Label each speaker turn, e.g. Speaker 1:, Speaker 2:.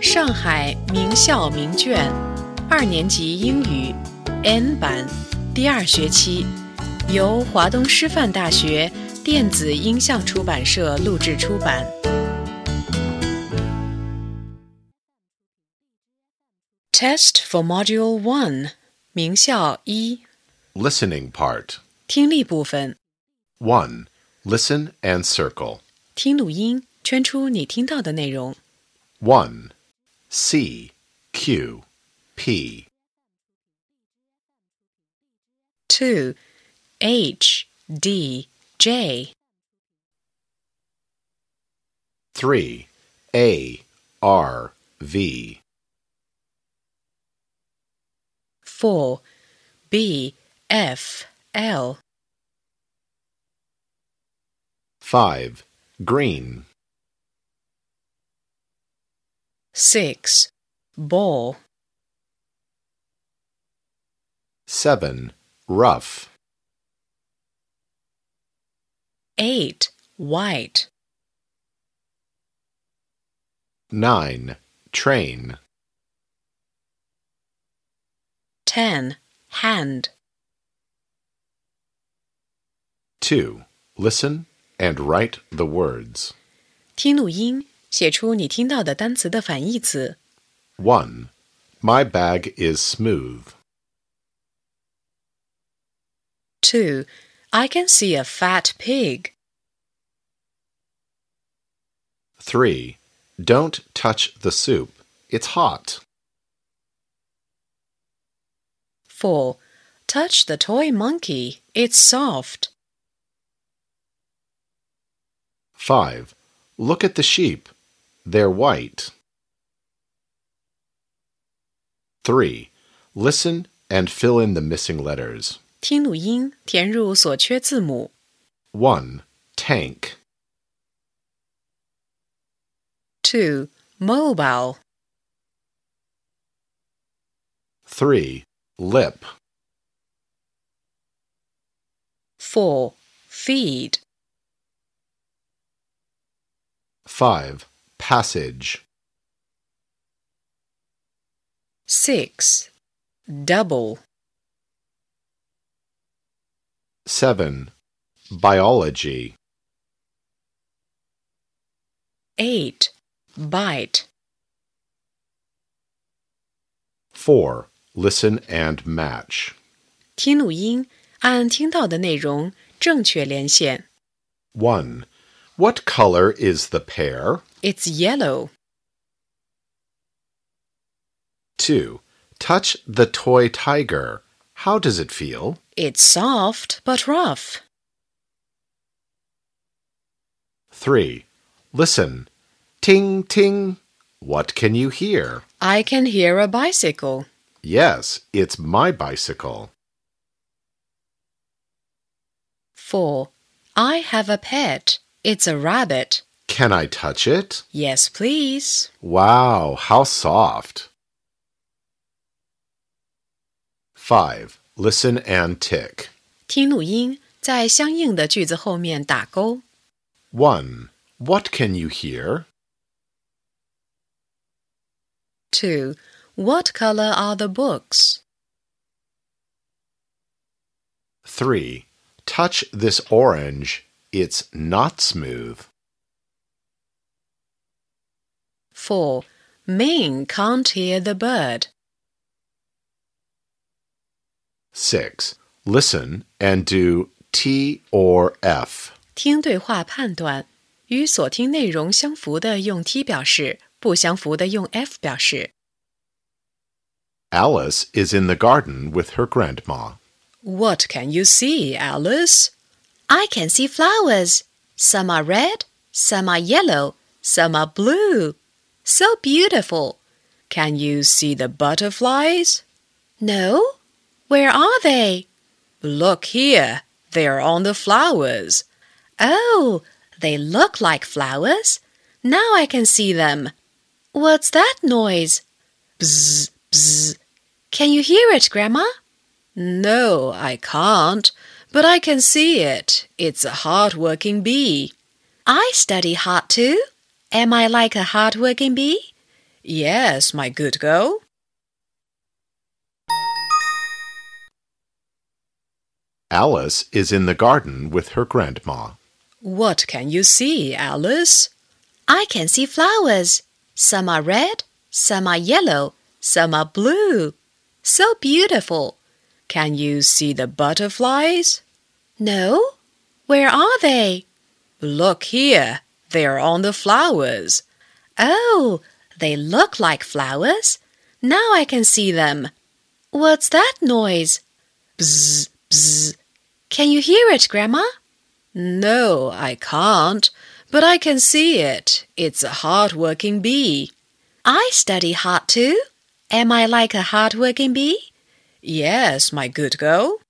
Speaker 1: 上海名校名卷二年级英语 N 版第二学期，由华东师范大学电子音像出版社录制出版。Test for Module One，名校一
Speaker 2: Listening part.
Speaker 1: 听力部分，
Speaker 2: 1. Listen and circle.
Speaker 1: 听录音，圈出你听到的内容。
Speaker 2: 1. C, Q, P,
Speaker 1: Two H D J
Speaker 2: 3. A, R, V,
Speaker 1: four B F L
Speaker 2: 5. Green,
Speaker 1: six ball
Speaker 2: 7. Rough,
Speaker 1: eight white
Speaker 2: 9. Train,
Speaker 1: ten hand
Speaker 2: 2. Listen and write the words.
Speaker 1: 听录音，写出你听到的单词的反义词。
Speaker 2: 1. My bag is smooth.
Speaker 1: Two I can see a fat pig.
Speaker 2: 3. Don't touch the soup. It's hot.
Speaker 1: Four touch the toy monkey. It's soft.
Speaker 2: 5. Look at the sheep. They're white. 3. Listen and fill in the missing letters.
Speaker 1: 听录音，填入所缺字母。
Speaker 2: 1. Tank.
Speaker 1: Two mobile.
Speaker 2: 3. Lip.
Speaker 1: Four feed.
Speaker 2: 5. Passage.
Speaker 1: Six double.
Speaker 2: 7. Biology.
Speaker 1: Eight bite.
Speaker 2: 4. Listen and match.
Speaker 1: 听录音，按听到的内容正确连线。
Speaker 2: 1. What color is the pear?
Speaker 1: It's yellow.
Speaker 2: 2. Touch the toy tiger. How does it feel?
Speaker 1: It's soft but rough.
Speaker 2: 3. Listen. Ting, ting. What can you hear?
Speaker 1: I can hear a bicycle.
Speaker 2: Yes, it's my bicycle.
Speaker 1: Four. I have a pet. It's a rabbit.
Speaker 2: Can I touch it?
Speaker 1: Yes, please.
Speaker 2: Wow, how soft. 5. Listen and tick.
Speaker 1: 听录音，在相应的句子后面打勾。
Speaker 2: 1. What can you hear?
Speaker 1: Two. What color are the books?
Speaker 2: 3. Touch this orange. It's not smooth.
Speaker 1: Four. Ming can't hear the bird.
Speaker 2: 6. Listen and do T or F.
Speaker 1: 听对话判断，与所听内容相符的用 T 表示，不相符的用 F 表示。
Speaker 2: Alice is in the garden with her grandma.
Speaker 1: What can you see, Alice? I can see flowers. Some are red, some are yellow, some are blue. So beautiful. Can you see the butterflies? No. Where are they? Look here. They are on the flowers. Oh, they look like flowers. Now I can see them. What's that noise? Bzz, bzz. Can you hear it, Grandma? No, I can't, but I can see it. It's a hard-working bee. I study hard too. Am I like a hard-working bee? Yes, my good girl.
Speaker 2: Alice is in the garden with her grandma.
Speaker 1: What can you see, Alice? I can see flowers. Some are red, some are yellow, some are blue. So beautiful. Can you see the butterflies? No. Where are they? Look here. They are on the flowers. Oh, they look like flowers. Now I can see them. What's that noise? Bzz, bzz. Can you hear it, Grandma? No, I can't, but I can see it. It's a hard-working bee. I study hard too. Am I like a hard-working bee? Yes, my good girl.